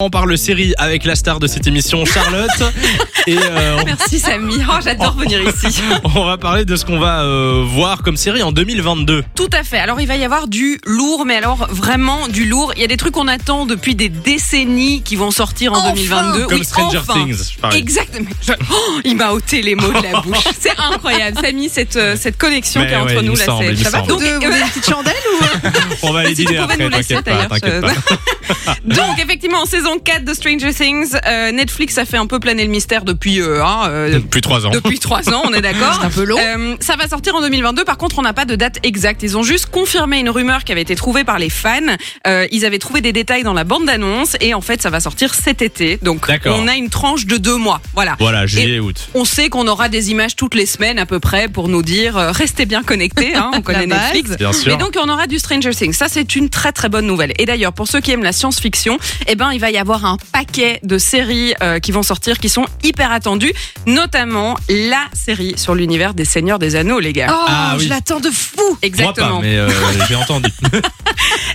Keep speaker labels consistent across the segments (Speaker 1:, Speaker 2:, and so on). Speaker 1: On parle série avec la star de cette émission, Charlotte. Et euh,
Speaker 2: Merci Samy. Oh, j'adore venir ici.
Speaker 1: on, on va parler de ce qu'on va euh, voir comme série en 2022.
Speaker 2: Tout à fait. Alors il va y avoir du lourd, mais alors vraiment du lourd. Il y a des trucs qu'on attend depuis des décennies qui vont sortir en
Speaker 3: Enfin
Speaker 2: 2022.
Speaker 1: Comme
Speaker 2: Oui,
Speaker 1: Stranger
Speaker 2: enfin.
Speaker 1: Things, je parie.
Speaker 2: Exactement. Je- Oh, il m'a ôté les mots de la bouche. C'est incroyable, Samy, cette, euh, cette connexion
Speaker 1: Mais
Speaker 2: qu'il y a
Speaker 1: ouais,
Speaker 2: entre
Speaker 1: il
Speaker 2: nous
Speaker 1: me
Speaker 2: là.
Speaker 1: semble,
Speaker 2: c'est-
Speaker 1: il me
Speaker 2: ça va.
Speaker 1: semble.
Speaker 2: Donc,
Speaker 3: Deux, vous
Speaker 2: euh,
Speaker 3: avez une petite chandelle ou
Speaker 1: On va aller
Speaker 2: Si tu
Speaker 1: dîner
Speaker 2: pouvais
Speaker 1: après,
Speaker 2: nous laisser,
Speaker 1: t'inquiète pas,
Speaker 2: d'ailleurs,
Speaker 1: t'inquiète pas.
Speaker 2: Donc effectivement, en saison 4 de Stranger Things, euh, Netflix a fait un peu planer le mystère depuis, euh, hein, euh,
Speaker 1: Depuis trois ans.
Speaker 2: depuis trois ans, on est d'accord.
Speaker 3: C'est un peu long.
Speaker 2: Euh, ça va sortir en 2022. Par contre, on n'a pas de date exacte. Ils ont juste confirmé une rumeur qui avait été trouvée par les fans. Euh, ils avaient trouvé des détails dans la bande d'annonce et en fait, ça va sortir cet été. Donc,
Speaker 1: D'accord.
Speaker 2: on a une tranche de deux mois. Voilà.
Speaker 1: Voilà, juillet, août.
Speaker 2: On sait qu'on aura des images toutes les semaines à peu près pour nous dire euh, restez bien connectés. hein, on connaît
Speaker 3: base.
Speaker 2: Netflix.
Speaker 1: Bien
Speaker 2: Et
Speaker 1: sûr.
Speaker 2: donc on aura du Stranger Things. Ça c'est une très très bonne nouvelle. Et d'ailleurs pour ceux qui aiment la science-fiction, eh ben il va y avoir un paquet de séries euh, qui vont sortir qui sont hyper attendues, notamment la série sur l'univers des Seigneurs des Anneaux les gars.
Speaker 3: Oh,
Speaker 1: Ah oui.
Speaker 3: je l'attends de fou.
Speaker 1: Je crois
Speaker 2: Exactement.
Speaker 1: pas, mais euh, j'ai entendu.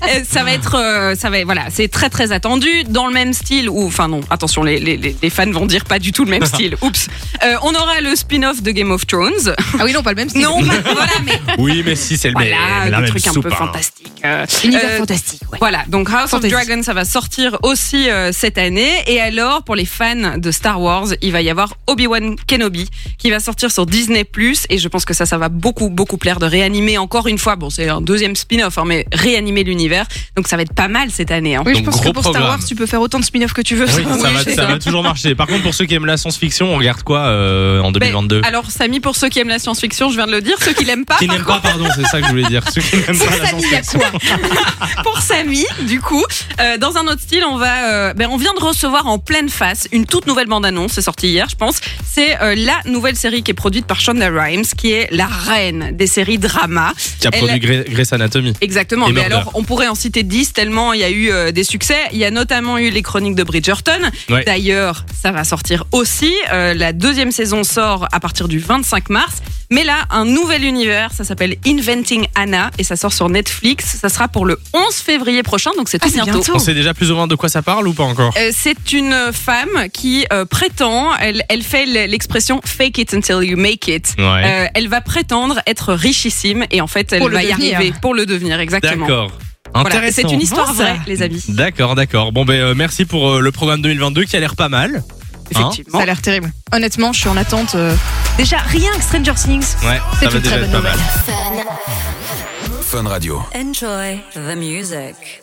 Speaker 2: Euh, ça va être, euh, ça va, voilà, c'est très très attendu dans le même style. Ou enfin non, attention, les, les, les les fans vont dire pas du tout le même style. Oups. Euh, on aura le spin-off de Game of Thrones.
Speaker 3: Ah oui, non, pas le même style.
Speaker 2: Non, pas- voilà, mais
Speaker 1: Oui, mais si, c'est le
Speaker 2: voilà,
Speaker 1: mais la
Speaker 2: des
Speaker 1: même
Speaker 2: trucs un
Speaker 1: soupe,
Speaker 2: peu
Speaker 1: hein.
Speaker 2: fantastiques. Euh,
Speaker 3: Univers
Speaker 2: euh,
Speaker 3: fantastique, ouais.
Speaker 2: Voilà, donc House
Speaker 3: Fantasy.
Speaker 2: of Dragon, ça va sortir aussi euh, cette année. Et alors, pour les fans de Star Wars, il va y avoir Obi-Wan Kenobi qui va sortir sur Disney ⁇ Et je pense que ça, ça va beaucoup, beaucoup plaire de réanimer encore une fois. Bon, c'est un deuxième spin-off, hein, mais réanimer l'univers. Donc ça va être pas mal cette année. Hein.
Speaker 3: Oui, je
Speaker 1: Donc,
Speaker 3: pense que
Speaker 1: gros
Speaker 3: pour Star
Speaker 1: programme. Ah
Speaker 3: Wars, tu peux faire autant de spin-off que tu veux.
Speaker 1: Oui, ça, va,
Speaker 3: c'est
Speaker 1: ça va toujours marcher. Par contre, pour ceux qui aiment la science-fiction, on regarde quoi euh, en 2022
Speaker 2: Ben, alors, Samy, pour ceux qui aiment la science-fiction, je viens de le dire, ceux qui l'aiment pas,
Speaker 1: Qui
Speaker 2: par
Speaker 1: n'aiment pas, pardon, c'est ça que je voulais dire. Ceux qui n'aiment pas la
Speaker 3: Samy, il y a
Speaker 1: science-fiction.
Speaker 3: quoi
Speaker 2: pour Samy, du coup. Euh, dans un autre style, on va, euh, ben, on vient de recevoir en pleine face une toute nouvelle bande-annonce, c'est sorti hier, je pense. C'est euh, la nouvelle série qui est produite par Shonda Rhimes, qui est la reine des séries drama.
Speaker 1: Qui a
Speaker 2: Elle-
Speaker 1: produit Grey- Grey's Anatomy.
Speaker 2: Exactement,
Speaker 1: Et
Speaker 2: mais
Speaker 1: Murder.
Speaker 2: alors on pourrait en citer 10 tellement il y a eu euh, des succès. Il y a notamment eu les chroniques de Bridgerton.
Speaker 1: Ouais.
Speaker 2: D'ailleurs, ça va sortir aussi. Euh, la deuxième saison sort à partir du 25 mars. Mais là, un nouvel univers, ça s'appelle Inventing Anna et ça sort sur Netflix. Ça sera pour le 11 février prochain, donc c'est tout
Speaker 3: Ah, c'est
Speaker 2: bientôt.
Speaker 3: bientôt.
Speaker 1: On sait déjà plus ou moins de quoi ça parle ou pas encore
Speaker 2: Euh, c'est une femme qui euh, prétend, elle, elle fait l- l'expression fake it until you make it.
Speaker 1: Ouais.
Speaker 2: Euh, elle va prétendre être richissime et en fait elle
Speaker 3: Pour le
Speaker 2: va y
Speaker 3: devenir.
Speaker 2: arriver pour le devenir exactement.
Speaker 1: D'accord.
Speaker 2: Voilà,
Speaker 1: Intéressant.
Speaker 2: c'est une histoire
Speaker 3: Bon, ça.
Speaker 2: vraie, les amis.
Speaker 1: D'accord, d'accord. Bon, ben, euh, merci pour euh, le programme 2022 qui a l'air pas mal. Hein
Speaker 2: Effectivement.
Speaker 3: Ça a l'air terrible. Honnêtement, je suis en attente. euh, Déjà, rien que Stranger Things.
Speaker 1: Ouais, ça
Speaker 3: C'est une
Speaker 1: va déjà
Speaker 3: très
Speaker 1: être
Speaker 3: bonne
Speaker 1: pas
Speaker 3: nouvelle.
Speaker 1: mal.
Speaker 4: Fun Radio.
Speaker 5: Enjoy the music.